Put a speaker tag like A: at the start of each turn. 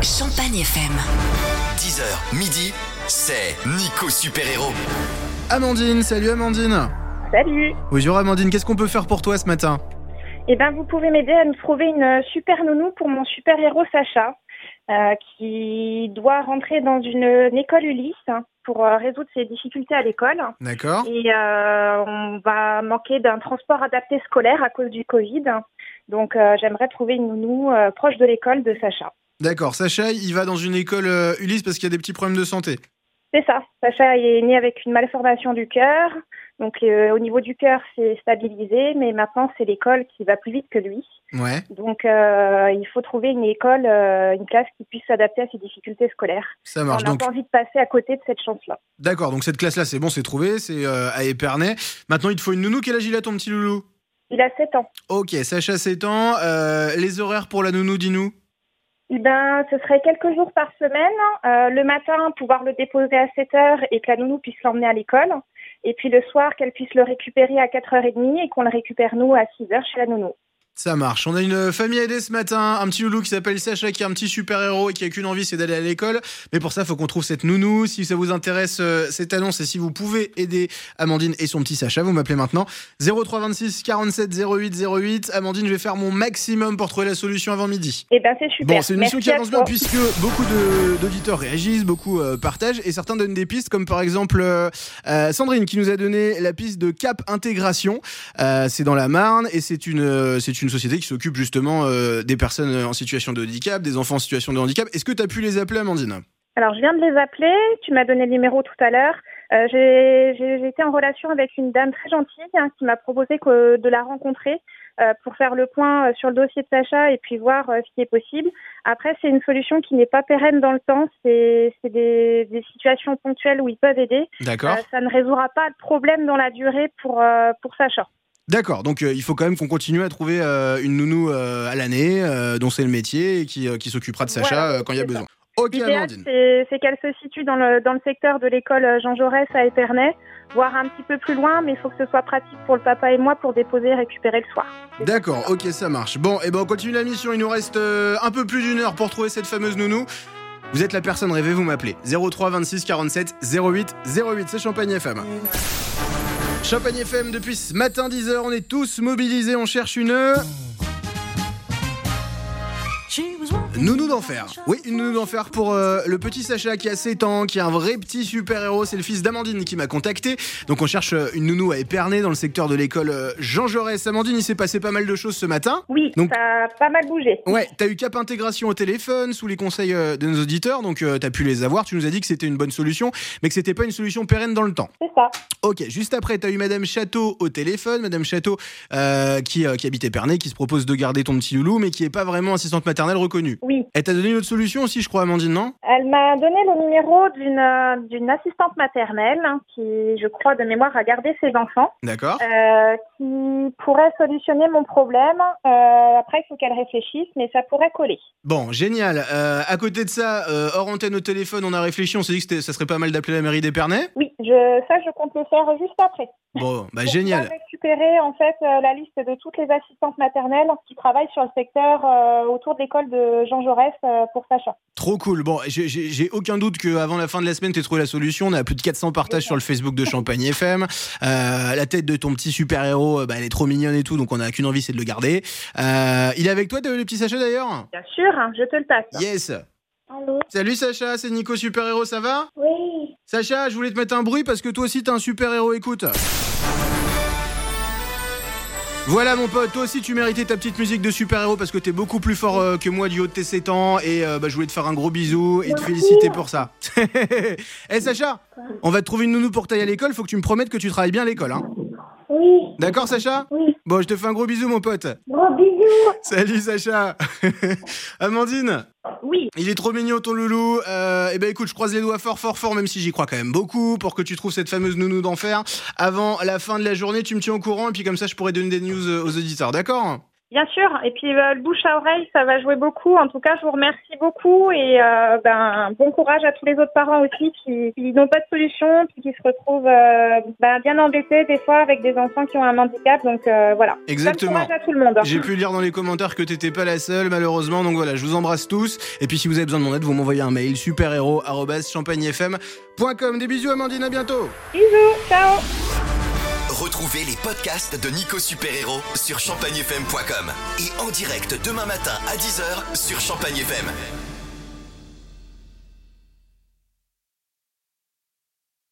A: Champagne FM.
B: 10h, midi, c'est Nico Super Héros.
C: Amandine, salut Amandine.
D: Salut
C: Bonjour Amandine, qu'est-ce qu'on peut faire pour toi ce matin
D: Eh ben, vous pouvez m'aider à me trouver une euh, super nounou pour mon super héros Sacha, euh, qui doit rentrer dans une, une école Ulysse hein, pour euh, résoudre ses difficultés à l'école.
C: D'accord.
D: Et euh, on va manquer d'un transport adapté scolaire à cause du Covid. Donc, euh, j'aimerais trouver une nounou euh, proche de l'école de Sacha.
C: D'accord, Sacha, il va dans une école euh, Ulysse parce qu'il y a des petits problèmes de santé.
D: C'est ça. Sacha est né avec une malformation du cœur. Donc, euh, au niveau du cœur, c'est stabilisé, mais maintenant, c'est l'école qui va plus vite que lui.
C: Ouais.
D: Donc, euh, il faut trouver une école, euh, une classe qui puisse s'adapter à ses difficultés scolaires.
C: Ça
D: On
C: marche.
D: n'a
C: Donc,
D: pas envie de passer à côté de cette chance-là.
C: d'accord. Donc, cette classe-là, c'est bon, c'est trouvé, c'est euh, à Épernay. Maintenant, il te faut une nounou. Quel âge il a ton petit loulou
D: Il a 7 ans.
C: Ok, Sacha, 7 ans. Euh, les horaires pour la nounou, dis-nous.
D: Eh ben, ce serait quelques jours par semaine. Euh, le matin, pouvoir le déposer à 7 heures et que la nounou puisse l'emmener à l'école. Et puis le soir, qu'elle puisse le récupérer à 4h30 et qu'on le récupère, nous, à 6h chez la nounou.
C: Ça marche. On a une famille à aider ce matin. Un petit loulou qui s'appelle Sacha, qui est un petit super-héros et qui a qu'une envie, c'est d'aller à l'école. Mais pour ça, faut qu'on trouve cette nounou. Si ça vous intéresse, euh, cette annonce, et si vous pouvez aider Amandine et son petit Sacha, vous m'appelez maintenant. 0326 47 08 08. Amandine, je vais faire mon maximum pour trouver la solution avant midi.
D: Eh ben, c'est super.
C: Bon, c'est une mission
D: Merci
C: qui
D: à
C: avance bien
D: toi.
C: puisque beaucoup de- d'auditeurs réagissent, beaucoup euh, partagent et certains donnent des pistes, comme par exemple euh, euh, Sandrine qui nous a donné la piste de Cap Intégration. Euh, c'est dans la Marne et c'est une, euh, c'est une société qui s'occupe justement euh, des personnes en situation de handicap, des enfants en situation de handicap. Est-ce que tu as pu les appeler, Amandine
D: Alors, je viens de les appeler. Tu m'as donné le numéro tout à l'heure. Euh, J'ai j'ai- j'ai été en relation avec une dame très gentille hein, qui m'a proposé que, de la rencontrer euh, pour faire le point euh, sur le dossier de Sacha et puis voir euh, ce qui est possible. Après, c'est une solution qui n'est pas pérenne dans le temps. C'est c'est des, des situations ponctuelles où ils peuvent aider.
C: D'accord.
D: Euh, ça ne résoudra pas le problème dans la durée pour, euh, pour Sacha.
C: D'accord, donc euh, il faut quand même qu'on continue à trouver euh, une nounou euh, à l'année euh, dont c'est le métier et qui, euh, qui s'occupera de Sacha
D: Voilà,
C: euh, quand il y a
D: c'est ça.
C: besoin. Ok,
D: L'idéal,
C: Amandine.
D: c'est c'est qu'elle se situe dans le, dans le secteur de l'école euh, Jean Jaurès à Épernay, voire un petit peu plus loin, mais il faut que ce soit pratique pour le papa et moi pour déposer et récupérer le soir.
C: D'accord, ok, ça marche. Bon, et ben on continue la mission. Il nous reste euh, un peu plus d'une heure pour trouver cette fameuse nounou. Vous êtes la personne rêvée, vous m'appelez. 03 26 47 08 08, c'est Champagne FM. Champagne FM, depuis ce matin 10h, on est tous mobilisés, on cherche une. Nounou d'enfer. Oui, une nounou d'enfer pour euh, le petit Sacha qui a 7 ans, qui est un vrai petit super-héros. C'est le fils d'Amandine qui m'a contacté. Donc on cherche euh, une nounou à Épernay dans le secteur de l'école euh, Jean Jaurès. Amandine, il s'est passé pas mal de choses ce matin.
D: Oui,
C: Donc-
D: ça a pas mal bougé.
C: Ouais, t'as eu Cap Intégration au téléphone, sous les conseils euh, de nos auditeurs, donc euh, t'as pu les avoir, tu nous as dit que c'était une bonne solution, mais que c'était pas une solution pérenne dans le temps.
D: C'est ça.
C: Ok, juste après, t'as eu Madame Château au téléphone, Madame Château euh, qui, euh, qui habite Épernay, qui se propose de garder ton petit loulou, mais qui est pas vraiment assistante maternelle reconnue.
D: Oui.
C: Elle t'a donné une autre solution aussi, je crois, Amandine, non
D: Elle m'a donné le numéro d'une euh, d'une assistante maternelle hein, qui, je crois, de mémoire, a gardé ses enfants,
C: D'accord.
D: euh, qui pourrait solutionner mon problème. Euh, après, il faut qu'elle réfléchisse, mais ça pourrait coller.
C: Bon, génial. Euh, à côté de ça, euh, hors antenne au téléphone, on a réfléchi, on s'est dit que c'était- ça serait pas mal d'appeler la mairie d'Épernay.
D: Oui, je, ça, je compte le faire juste après.
C: Bon, bah
D: pour
C: génial.
D: pouvoir récupérer en fait euh, la liste de toutes les assistantes maternelles qui travaillent sur le secteur euh, autour de l'école de Jean Jaurès euh, pour Sacha.
C: Trop cool. Bon, j'ai- j'ai j'ai aucun doute qu'avant la fin de la semaine, tu trouvé la solution. On a plus de 400 partages sur le Facebook de Champagne FM. Euh, la tête de ton petit super-héros, euh, bah, elle est trop mignonne et tout, donc on n'a qu'une envie, c'est de le garder. Euh, il est avec toi, le petit Sacha d'ailleurs
D: Bien sûr, hein, je te le passe.
C: Yes.
D: Allô
C: Salut Sacha, c'est Nico Super-héros, ça va
D: Oui.
C: Sacha, je voulais te mettre un bruit parce que toi aussi t'es un super-héros, écoute. Voilà mon pote, toi aussi tu méritais ta petite musique de super-héros parce que t'es beaucoup plus fort euh, que moi du haut de tes 7 ans et euh, bah, je voulais te faire un gros bisou et te féliciter pour ça. Hé Sacha, on va te trouver une nounou pour tailler à l'école, faut que tu me promettes que tu travailles bien à l'école. Hein.
E: Oui,
C: D'accord Sacha
E: Oui.
C: Bon, je te fais un gros bisou mon pote.
E: gros bisous.
C: Salut Sacha Amandine
D: Oui.
C: il est trop mignon ton loulou. Euh, eh ben écoute, je croise les doigts fort fort fort, même si j'y crois quand même beaucoup, pour que tu trouves cette fameuse nounou d'enfer. Avant la fin de la journée, tu me tiens au courant et puis comme ça, je pourrais donner des news euh, aux auditeurs, d'accord
D: Bien sûr. Et puis euh, le bouche à oreille, ça va jouer beaucoup. En tout cas, je vous remercie beaucoup et euh, ben, bon courage à tous les autres parents aussi qui, qui n'ont pas de solution, puis qui se retrouvent euh, ben, bien embêtés des fois avec des enfants qui ont un handicap. Donc euh, voilà.
C: Exactement.
D: Bon courage à tout le monde.
C: J'ai pu lire dans les commentaires que t'étais pas la seule, malheureusement. Donc voilà, je vous embrasse tous. Et puis si vous avez besoin de mon aide, vous m'envoyez un mail superhéros.champagnefm.com. Des bisous, Amandine, à bientôt.
D: Bisous. Ciao.
B: Retrouvez les podcasts de Nico Super Héros sur champagnefm.com et en direct demain matin à 10h sur Champagne FM.